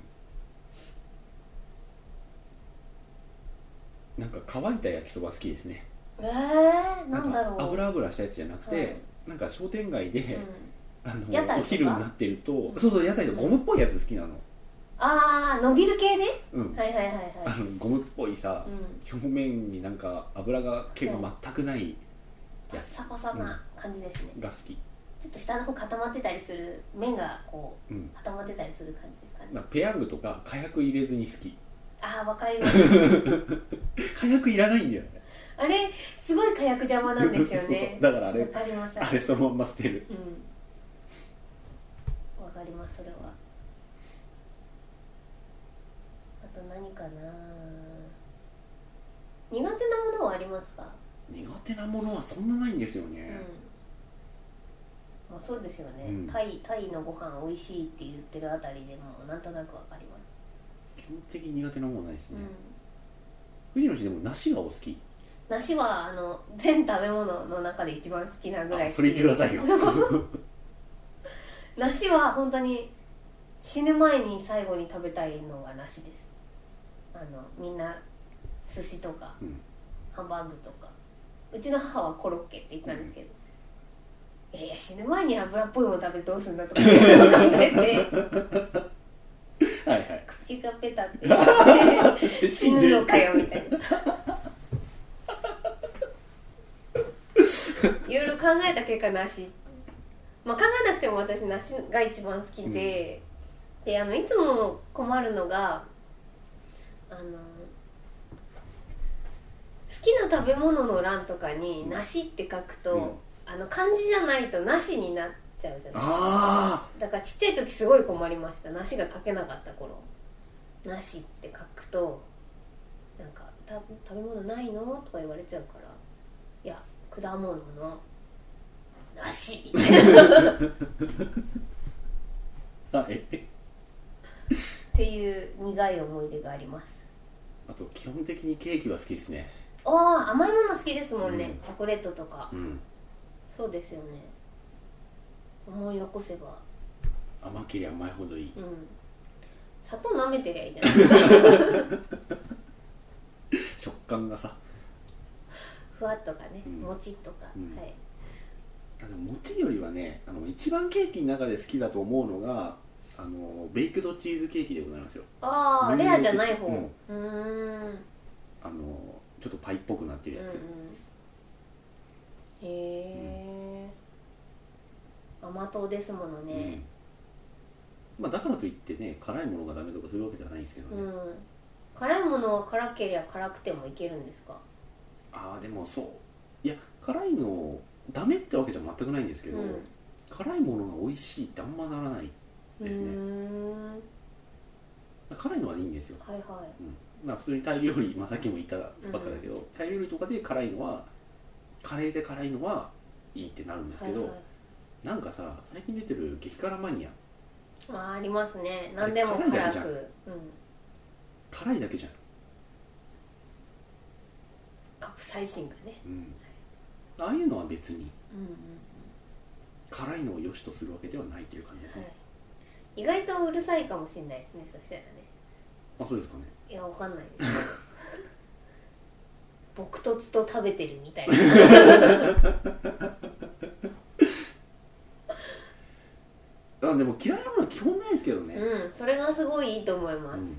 A: なんか乾いた焼きそば好きですね
B: えー、なんだろう
A: か油油したやつじゃなくて、
B: はい
A: なんか商店街で、
B: うん
A: あの
B: 屋台とか
A: お昼になってると、
B: ん
A: そうそう屋台のゴムっぽいやつ好きなの
B: ああ伸びる系ね
A: うん、
B: はいはいはい
A: あ
B: はい、
A: のゴムっぽいさ
B: う、ん、
A: 表面になんか油が毛が全くない
B: パッサパサな感じですね、
A: が好き、
B: ちょっと下の方固まってたりする麺がこ
A: うん
B: う、固まってたりする感じですかね
A: なんかペヤングとか火薬入れずに好き
B: ああわかります
A: 火薬いらないんだよね
B: あれすごい火薬邪魔なん ですよね
A: そうそうだからあ
B: わ
A: れ
B: かります
A: あれそのまんま捨てる
B: うんわかりますそれはあと何かな苦手なものはありますか、
A: 苦手なものはそんなないんですよ
B: うん
A: ね、
B: まあ、そうですよね、
A: うん
B: タイタイのご飯美味しいって言ってるあたりでもうなんとなくわかります、
A: 基本的に苦手なものはないです
B: う
A: ね、
B: ん、
A: 藤野氏でも梨がお好き
B: 梨はあの全食べ物の中で一番好きなぐらい
A: あそれ言ってくださ いよ
B: 梨は本当に死ぬ前に最後に食べたいのが梨ですあのみんな寿司とか、
A: うん
B: ハンバーグとかうちの母はコロッケって言ったんですけど、いやいや死ぬ前に油っぽいもの食べてどうすんだとか言って て
A: はいはい
B: 口がペタ ペタって死ぬのかよみたいないろいろ考えた結果梨まあ考えなくても私梨が一番好きで、であのいつも困るのがあの好きな食べ物の欄とかに「梨」って書くと、あの漢字じゃないと「なし」になっちゃうじゃない
A: あ
B: だからちっちゃい時すごい困りました梨が書けなかった頃梨って書くとなんかた食べ物ないのとか言われちゃうからいや果物の梨みたいな っ
A: あはい
B: ていう苦い思い出があります
A: あと基本的にケーキは好きですね
B: ああ甘いもの好きですもんね、
A: うん
B: チョコレートとか
A: うん
B: そうですよね思い起こせば
A: 甘けりゃ甘いほどいい
B: うん砂糖舐めてりゃいいじゃない
A: 感がさ
B: ふわっとかね、
A: うん
B: もちっとか、
A: うん
B: はい
A: あのもちよりはねあの一番ケーキの中で好きだと思うのがあのベイクドチーズケーキでございますよ
B: ああ
A: ルー
B: レアじゃない方
A: う
B: うんーん
A: あのちょっとパイっぽくなってるやつ、
B: うんうんへえ甘党ですものね
A: うんまあ、だからといってね辛いものがダメとかそういうわけじゃないんですけど
B: う
A: ね、
B: ん、辛いものは辛けりゃ辛くてもいけるんですか
A: ああでもそういや辛いのダメってわけじゃ全くないんですけど、
B: うん
A: 辛いものが美味しいってあんまならないですね
B: うーん
A: 辛いのはいいんですよ、
B: はいは
A: うんまあ、普通にタイ料理、まあ、さっきも言ったばっかだけど、タイ料理とかで辛いのはカレーで辛いのはいいってなるんです
B: い
A: け
B: はい
A: ど、
B: はい
A: なんかさ最近出てる激辛マニア
B: あーありますね何でも辛
A: 辛いだけじゃん
B: く、うん、
A: 辛いだけじゃん、
B: カプサイシンがね、
A: うん、ああいうのは別に
B: うんうん
A: 辛いのを良しとするわけではないっていう感じですね、
B: はい、意外とうるさいかもしれないですねそしたらね
A: あそうですかね
B: いやわかんない です僕とつと食べてるみ たいな
A: あでも嫌いなものは基本ないですけどね、
B: うんそれがすごいいいと思います
A: う、ん
B: う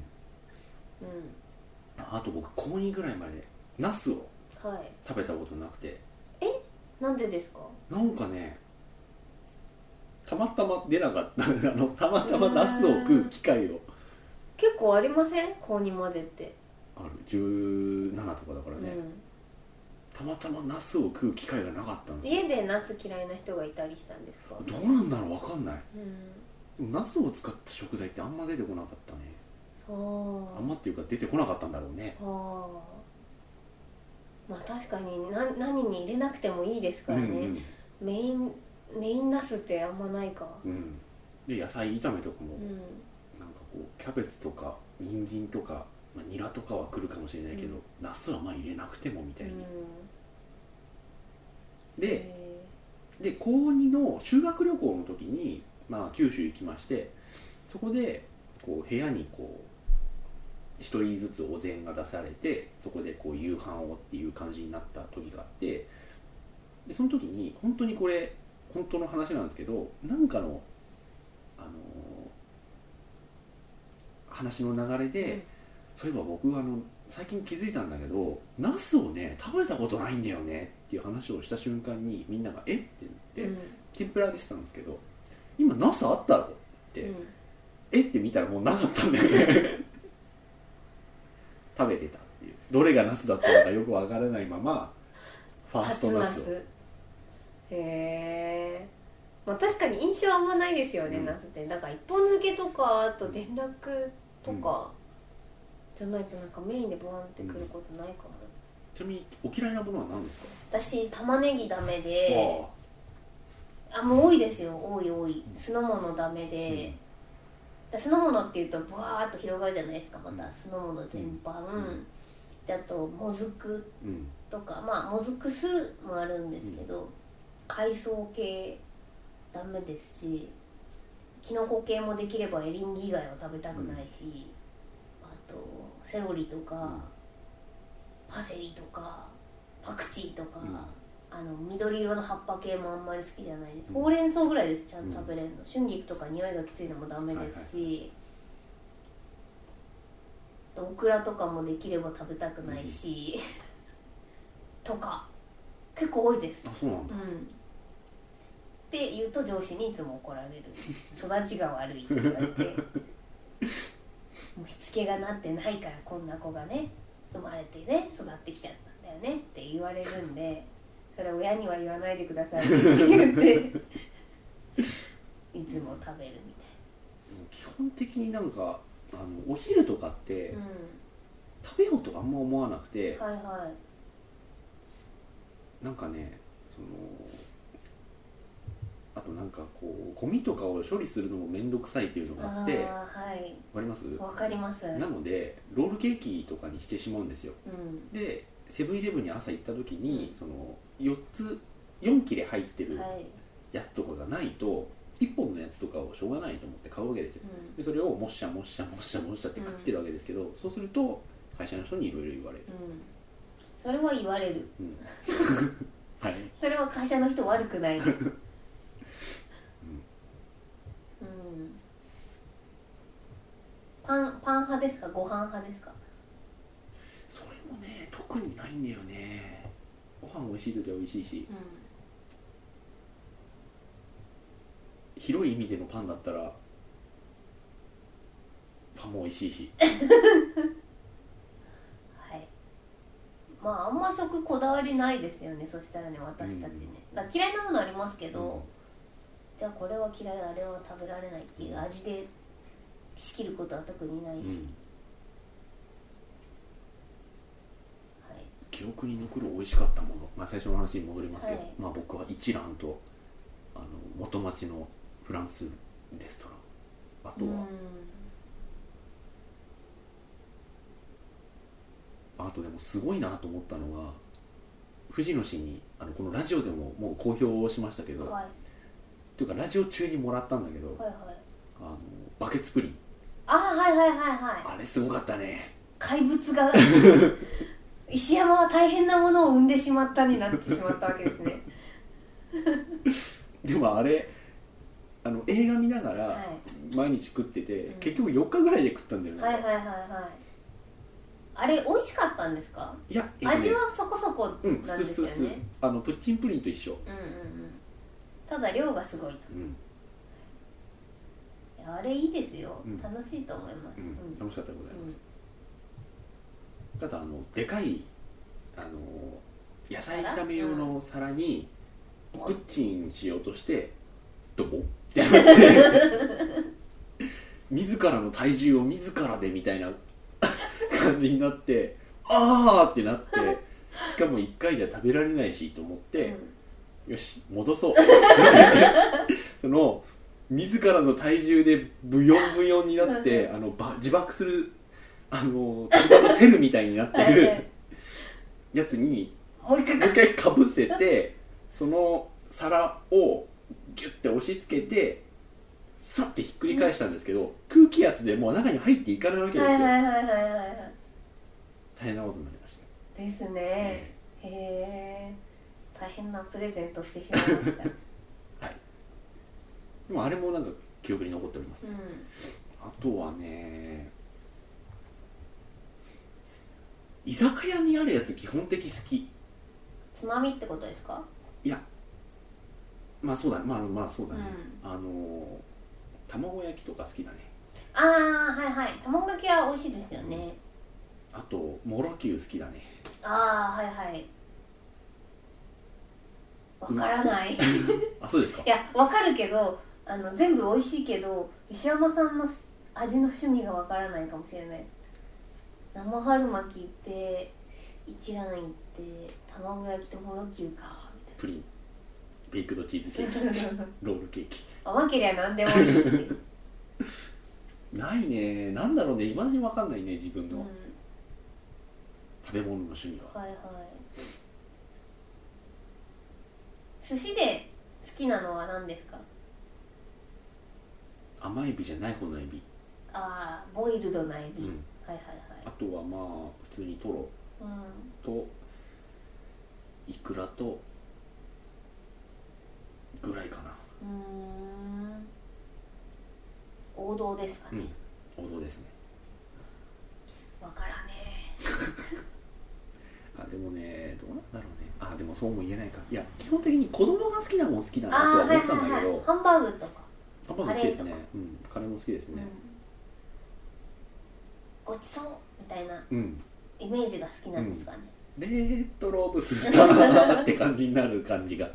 A: あと僕高2ぐらいまでナスを
B: んはい
A: 食べたことなくて
B: なんでですか
A: なんかねたまたま出なかった あのたまたまナスを食う機会を
B: 結構ありません高2までって、
A: ある17とかだからね、
B: う
A: たまたまナスを食う機会がなかったん
B: ん、
A: ですよ
B: 家でナス嫌いな人がいたりしたんですか
A: どうなんだろうわかんない
B: うん
A: でもナスを使った食材ってあんま出てこなかったね
B: あ
A: あ
B: ー
A: んまっていうか出てこなかったんだろうね
B: あーまあ確かにな何に入れなくてもいいですからね、
A: うん
B: メインメインナスってあんまないか
A: うん、うん、で野菜炒めとかも、
B: うん
A: なんかこうキャベツとか人参とか、まあ、ニラとかは来るかもしれないけど、
B: うん
A: ナスはまあ入れなくてもみたいに、
B: うん
A: で
B: へ
A: で高2の修学旅行の時に、まあ、九州行きましてそこでこう部屋にこう一人ずつお膳が出されてそこでこう夕飯をっていう感じになった時があってでその時に本当にこれ本当の話なんですけどなんかの、あのー話の流れで、
B: うん
A: そういえば僕あの最近気づいたんだけどナスをね食べたことないんだよねっていう話をした瞬間にみんなが「えっ?」て言
B: え
A: って、
B: うん
A: 天ぷらでしたんですけど「今ナスあったろ?」って
B: うん
A: 「えっ?」て見たらもうなかったんだよね 食べてたっていうどれがナスだったのかよくわからないままファーストナスを
B: 初ナへえまあ確かに印象あんまないですよね、
A: うん
B: ナスってだから一本漬けとかあと連絡とか、じゃないとなんかメインでボーンってくることないかも、
A: ちなみにお嫌いなものは何ですか、
B: 私玉ねぎダメ
A: あ
B: で
A: あ
B: あもう多いですよ多い多い酢の物ダメ
A: うん
B: で、酢の物っていうとブワーッと広がるじゃないですかま
A: う
B: た
A: ん
B: 酢の物全般、
A: ん
B: であともずく
A: うん
B: とかまあもずく酢もあるんですけど、海藻系ダメですしきのこ系もできればエリンギ以外は食べたくないし、あとセロリとか、パセリとかパクチーとか、
A: うん
B: あの緑色の葉っぱ系もあんまり好きじゃないです、
A: うん
B: ほうれん草ぐらいですちゃんと食べれるの、春菊とか匂いがきついのもダメですし、オクラとかもできれば食べたくないし、とか結構多いです
A: あそうなん
B: う
A: だ
B: んって言うと上司にいつも怒られる育ちが悪いって言われてもうしつけがなってないからこんな子がね生まれてね育ってきちゃったんだよねって言われるんでそれ親には言わないでくださいって言って いつも食べるみ
A: 基本的になんかあのお昼とかって、
B: たいな、
A: 食べようとかあんま思わなくて、
B: うん、はいはい
A: なんかねそのあとなんかこうゴミとかを処理するのも面倒くさいっていうのがあ
B: あ
A: ってわか
B: あはい
A: ります
B: わかりますうん
A: なのでロールケーキとかにしてしまうんですよでセブンイレブンに朝行った時にその4つ4切れ入ってる
B: はい
A: やつとかがないと1本のやつとかをしょうがないと思って買うわけですよでそれをもっしゃもっしゃもっしゃもっしゃって食ってるわけですけど、そうすると会社の人にいろいろ言われる
B: うんうんそれは言われる
A: うんはい
B: それは会社の人悪 くないねうんパンパン派ですかご飯派ですか
A: それもね特にないんだよねご飯美味しい時は美味しいし
B: う
A: 広い意味でのパンだったらパンも美味しいし
B: んはいまああんま食こだわりないですよねそしたらね私たちね、だから嫌いなものありますけど、じゃあこれは嫌いあれは食べられないっていう味で仕切ることは特にないし、
A: うん
B: はい
A: 記憶に残る美味しかったもの、まあ、最初の話に戻りますけど、
B: はい
A: まあ、僕は一蘭とあの元町のフランスレストランあとは、
B: う
A: あとでもすごいなと思ったのが藤野氏にあのこのラジオでももう公表しましたけど、
B: んはい
A: というかラジオ中にもらったんだけど、
B: はいはい
A: あのバケツプリン
B: あはいはいはいはい
A: あれすごかったね
B: 怪物 が石山は大変なものを生んでしまったになってしまったわけです ね
A: でもあれあの映画見なが
B: は
A: ら毎日食ってて、結局4日ぐらいで食ったんだよ
B: い
A: ね、
B: はいはいはいはいあれ美味しかったんですか、
A: いや、えっとね
B: 味はそこそこ
A: うん
B: な
A: 普通普
B: んです
A: 通
B: よ
A: 普通
B: ね
A: あのプッチンプリンと一緒
B: うんうんうんただ量がすごいと
A: うん
B: いやあれいいですよ、
A: うん
B: 楽しいと思います、
A: う
B: うん
A: ん、楽しかったでございます、
B: う
A: ただあのでかいあの野菜炒め用の皿に
B: うん
A: プッチンしようとしてドボンってなって 自らの体重を自らでみたいな感じになってあーってなってしかも1回じゃ食べられないしと思って、
B: ん
A: よし戻そう その自らの体重でブヨンブヨンになってあのば自爆するあの体のセルみたいになって
B: はいは
A: る
B: い
A: やつに
B: もう一回
A: もう一回かぶせてその皿をギュッて押し付けてさってひっくり返したんですけど、空気圧でもう中に入っていかないわけですよ、
B: はいはいはいはいは
A: 大変なことになりましたよ
B: いですね、へえ大変なプレゼントをしてしまいま した、う
A: でもあれもなんか記憶に残っております
B: ん、
A: あとはね居酒屋にあるやつ基本的好き
B: つまみってことですか、
A: まあそうだまあまあそう
B: う
A: だ
B: ん
A: ね、、あのー卵焼きとか好きだね
B: ああはいはい卵かけは美味しいですよね、
A: あとモロキュウ好きだね
B: ああはいはいわからない、い
A: あそうですか
B: やわかるけどあの全部美味しいけど石山さんのし味の趣味がわからないかもしれない生春巻き行って一蘭行って卵焼きとモロキュウかみたいな
A: プリンベイクドチーズケーキ ロールケーキ
B: 甘けりゃ何でもいいっていう、
A: ないねなんだろうねいまだに分かんないね自分
B: う
A: の
B: ん、
A: 食べ物の趣味は
B: はいはい寿司で好きなのは何ですか
A: 甘エビじゃない方のエビ、
B: ああボイルドなエ
A: う
B: ビ、
A: ん、
B: はいはい
A: あとはまあ普通にトロ
B: はい、
A: とイクラとぐらいかな
B: うんうーん王道ですか
A: う
B: ね
A: ん王道ですね
B: わからね
A: あでもねどうなんだろうねあでもそうも言えないかいや基本的に子供が好きなもん好きだ
B: え
A: なとは
B: ああーは
A: 思
B: い
A: っ
B: は
A: たんだ
B: い
A: け
B: は
A: ど
B: いハンバーグとか、
A: ハンバーグ好きですねうんカレーも好きです
B: うん
A: ね、
B: ごちそうみたいな
A: うん
B: イメージが好きなんですかね、
A: レートロブスターって感じになる感 じが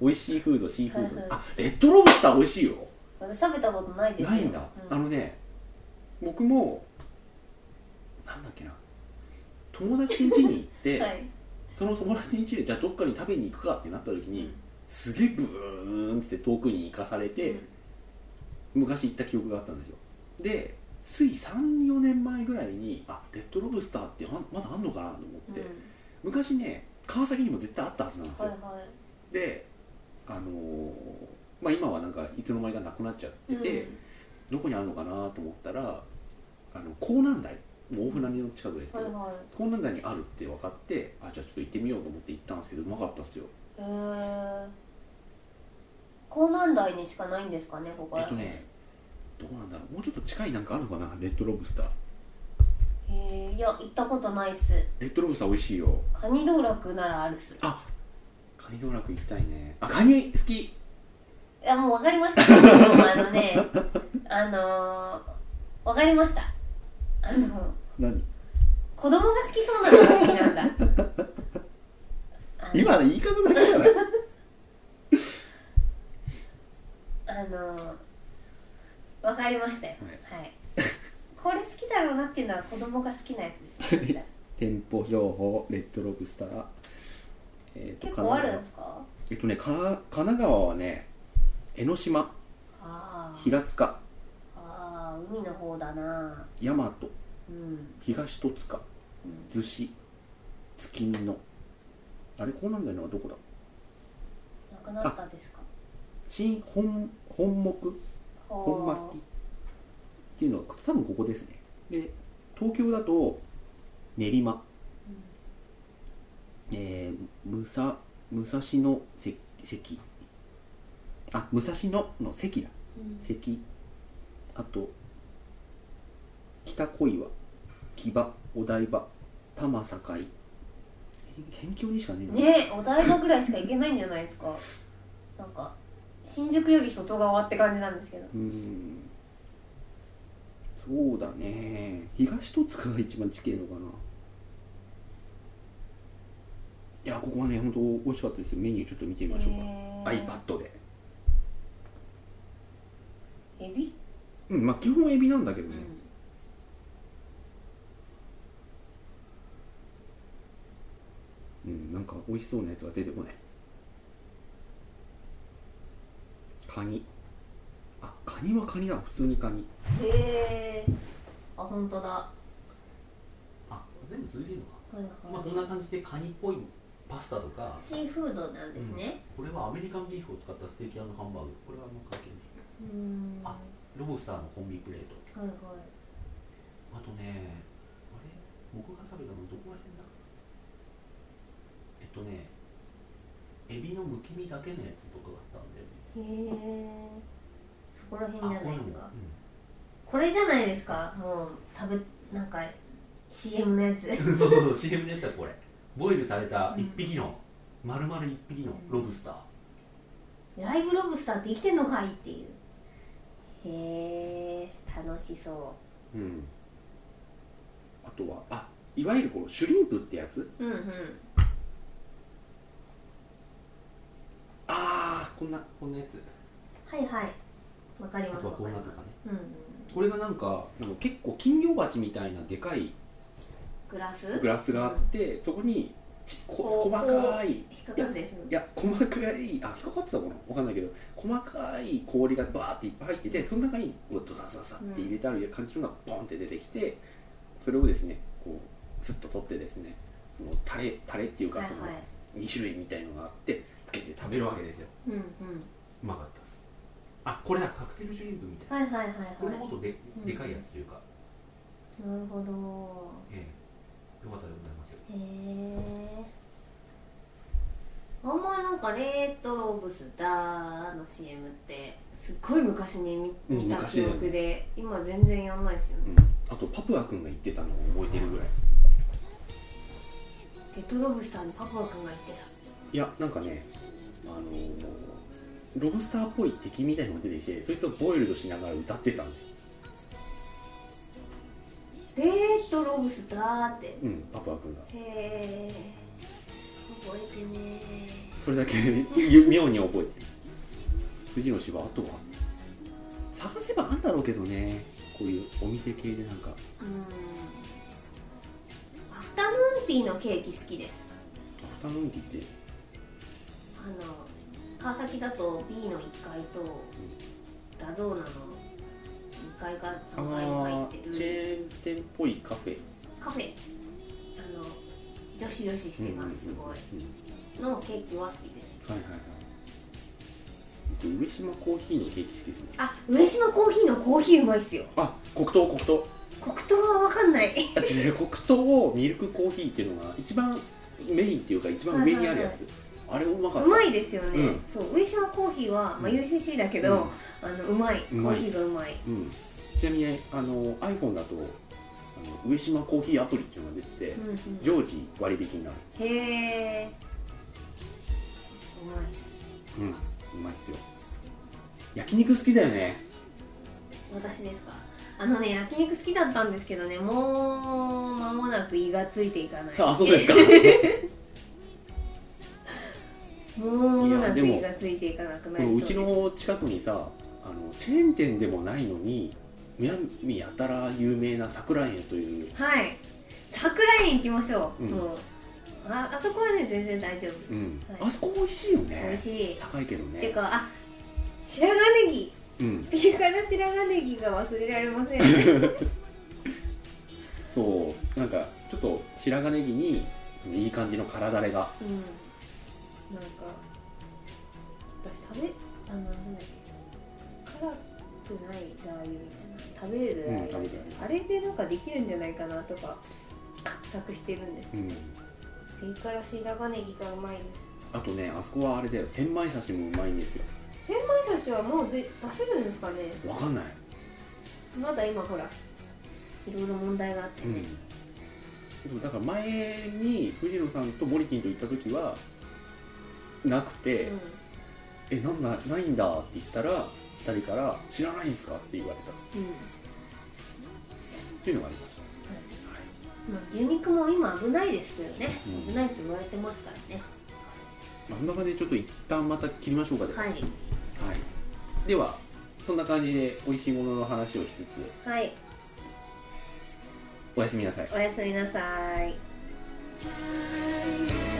A: 美味しいフードシーフード、
B: はいはい
A: あレッドロブスター美味しいよ
B: 私食べたことないですよ
A: ないんだ、
B: う
A: あのね僕もなんだっけな友達ん家に行って、
B: はい、
A: その友達ん家でじゃあどっかに食べに行くかってなった時に、すげえブーンって遠くに行かされて、昔行った記憶があったんですよでつい34年前ぐらいにあレッドロブスターってあんまだあんのかなと思
B: うん
A: って、昔ね川崎にも絶対あったはずなんです
B: は
A: よ、
B: いはい
A: であのーまあ今はなんかいつの間にかなくなっちゃってて、どこにあるのかなと思ったらあの港南台
B: うん
A: もう大船にの近くですけ
B: はい
A: ど、
B: はい
A: この中にあるって分かってあじゃあちょっと行ってみようと思って行ったんですけどうまかったっすよ
B: へえ港南台にしかないんですかねここ
A: え
B: ら
A: っとねどうなんだろうもうちょっと近いなんかあるのかなレッドロブスター
B: へえいや行ったことないっす
A: レッドロブスター美味しいよ
B: カニ道楽ならあるっす
A: あカニ道楽行きたいねあカニ好き
B: いやもう分かりましたもうあのねあのー、分かりましたあの
A: 何
B: 子供が好きそうなのが好きなんだあの
A: 今の言い方だけじゃない
B: あのー、分かりましたよはい、これ好きだろうなっていうのは子供が好きなやつですね
A: 店舗情報レッドロブスターえっ、と
B: 結構あ
A: 神
B: るん
A: 奈
B: ですか
A: 川えっとねかな神奈川はね江ノ島
B: あー
A: 平塚
B: あー海の方だな
A: 大和
B: うん
A: 東戸塚逗子月見野あれこうなんだよなどこだ
B: なくなったんですか
A: 新本本木本
B: ほ
A: 巻きっていうのが多分ここですねで東京だと練馬、
B: ううん
A: えー、武蔵武蔵野関関あ武蔵野の関だ
B: うん
A: 関あと北小岩木場お台場多摩境え辺境にしかねえな
B: ねえお台場ぐらいしか行けないんじゃないですかなんか新宿より外側って感じなんですけど
A: うーんそうだね東戸塚が一番近いのかないやここはね本当美味しかったですよメニューちょっと見てみましょうか、iPad で
B: えエビ、
A: うんまあ基本エビなんだけど
B: う
A: ね、
B: ん、
A: うんなんか美味しそうなやつが出てこないカニあカニはカニだ普通にカニ
B: へえあ本当だは
C: あ全部続いてるのか、
B: いはい
C: まあ、こんな感じでカニっぽいパスタとか
B: シーフードなんですね
C: これはアメリカンビーフを使ったステーキハンバーグこれはあんま関係ない
B: うん
C: あロブスターのコンビプレート
B: はいはい
C: あとねあれ僕が食べたのどこら辺だえっとねエビのむき身だけのやつとかがあったんだよね
B: へえそこら辺じゃないです
C: こ
B: かこれじゃないですかもう食べなんか CM のやつ
C: れもうん そうそうそう CM のやつはこれボイルされた一匹の、丸々一匹のロブスター
B: ライブロブスターって生きてんのかいっていうへえ楽しそ
A: うんあとはあいわゆるこのシュリンプってやつ
B: ううんうん
A: ああこんな
C: こんなやつ
B: はいはいわかり
C: あ
B: ます
C: とは
B: わか
C: こん
B: り
C: な
B: ま
C: のとかね
B: すうんうん
A: これがなんかあの結構金魚鉢みたいなでかい
B: グラス
A: グラスがあって、そこにちこ
B: こう
A: 細かいい
B: 引っかかるんです
A: や細かいあ引っかかってたかなわかんないけど細かい氷がバーっていっぱい入っててその中にこうドサドサドサって入れてある感じのがボンって出てきてそれをですねこうスッと取ってですねそのタレタレっていうか
B: はい
A: その
B: はい
A: 2種類みたいのがあってつけて食べるわけですよ
B: うんうん
C: うまかったですあこれだカクテルシュリンプみたいな
B: はいはいはいはい
C: これもっとで
B: うん
C: でかいやつというか、
B: なるほど
C: ええよかったでございますよ
B: へえあんまりなんかレートロブスターの CM ってすっごい昔に見,、
A: うん
B: 見た
A: 昔
B: 記
A: だよね
B: 憶で今全然やんないですよね
A: あとパプア君が言ってたのを覚えてるぐらい
B: レトロブスターにパパ君が言ってた
A: いやなんかねあのーロブスターっぽい敵みたいなのが出てきてそいつをボイルドしながら歌ってたんだよ
B: レートロブスターって
A: うんパプア君が
B: へえ覚えてね
A: それ だけゆ妙に覚えてる藤野氏はあとは探せばあんだろうけどねこういうお店系でなんか
B: うんアフタヌーンティーのケーキ好きです
A: アフタヌーンティーって
B: あの川崎だと B の1階とラゾーナの2階か
A: あ
B: 3階に入って
A: ーチ
B: る
A: ェーン店っぽいカフェ
B: カフェあの女子女子してますすごい
A: うんうん
B: のケーキは好きです
A: はいはいはい僕上島コーヒーのケーキ好きですね
B: あ上島コーヒーのコーヒーうまいっすよ
A: あ黒糖黒糖
B: 黒糖は分かんな
A: あ
B: い
A: 違う黒糖ミルクコーヒーっていうのが一番メインっていうか一番上にあるやつあれうまかった
B: うまいですよね、
A: うん
B: そう上島コーヒーは、まあ、
A: うん
B: UCC だけど、あのうまいコ
A: うまい
B: ーヒーがうまい
A: うん、ちなみにあの iPhone だとあの上島コーヒーアプリっていうのが出てて、
B: うんうん
A: 常時割引になる、
B: へえうま
A: う
B: い
A: ん、うまいっすよ焼肉好きだよね
B: 私ですかあのね焼肉好きだったんですけどねもう間もなく胃がついていかない
A: あそう ですか
B: もう間もない
A: や
B: く
A: でも
B: 胃がついていかなくな
A: この
B: りそうです
A: ちの近くにさあのチェーン店でもないのにむやみやたら有名な桜園という
B: はい桜園行きましょう、
A: うん
B: もうああそこはね全然大丈夫
A: うん
B: はい
A: あそこ美味しいよ
B: 美
A: ね
B: 味しい、
A: 高いけど
B: ていう
A: ね
B: かあ白髪ネギ
A: うん
B: ピリ辛白髪ネギが忘れられませんね
A: そうなんかちょっと白髪ネギにいい感じの辛だれが
B: うんなんか私食べあのなんだっけ辛くないラー油みたいな食べれるラー油みたいな、あれでなんかできるんじゃないかなとか画策してるんです
A: うん
B: ピリ辛白髪ネギがうまいです
A: あとねあそこはあれだよ千枚刺しもうまいんですよ
B: 千枚刺しはもうで出せるんですかね
A: わかんない、
B: まだ今ほらいろいろ問題があって、
A: うん、でもだから前に藤野さんとモリキンと行った時はなくて、
B: うん
A: えなんだないんだって言ったら二人から「知らないんですか?」って言われたっ
B: うん
A: ていうのがありました、はい
B: まあ、牛肉も今危ないですよね、
A: うん
B: 危ないって言われてますからね
A: まあ、そんな感じでちょっと一旦また切りましょうかでは、
B: はい
A: はいではそんな感じで美味しいものの話をしつつ
B: はい
A: おやすみなさい
B: おやすみなさい
D: 「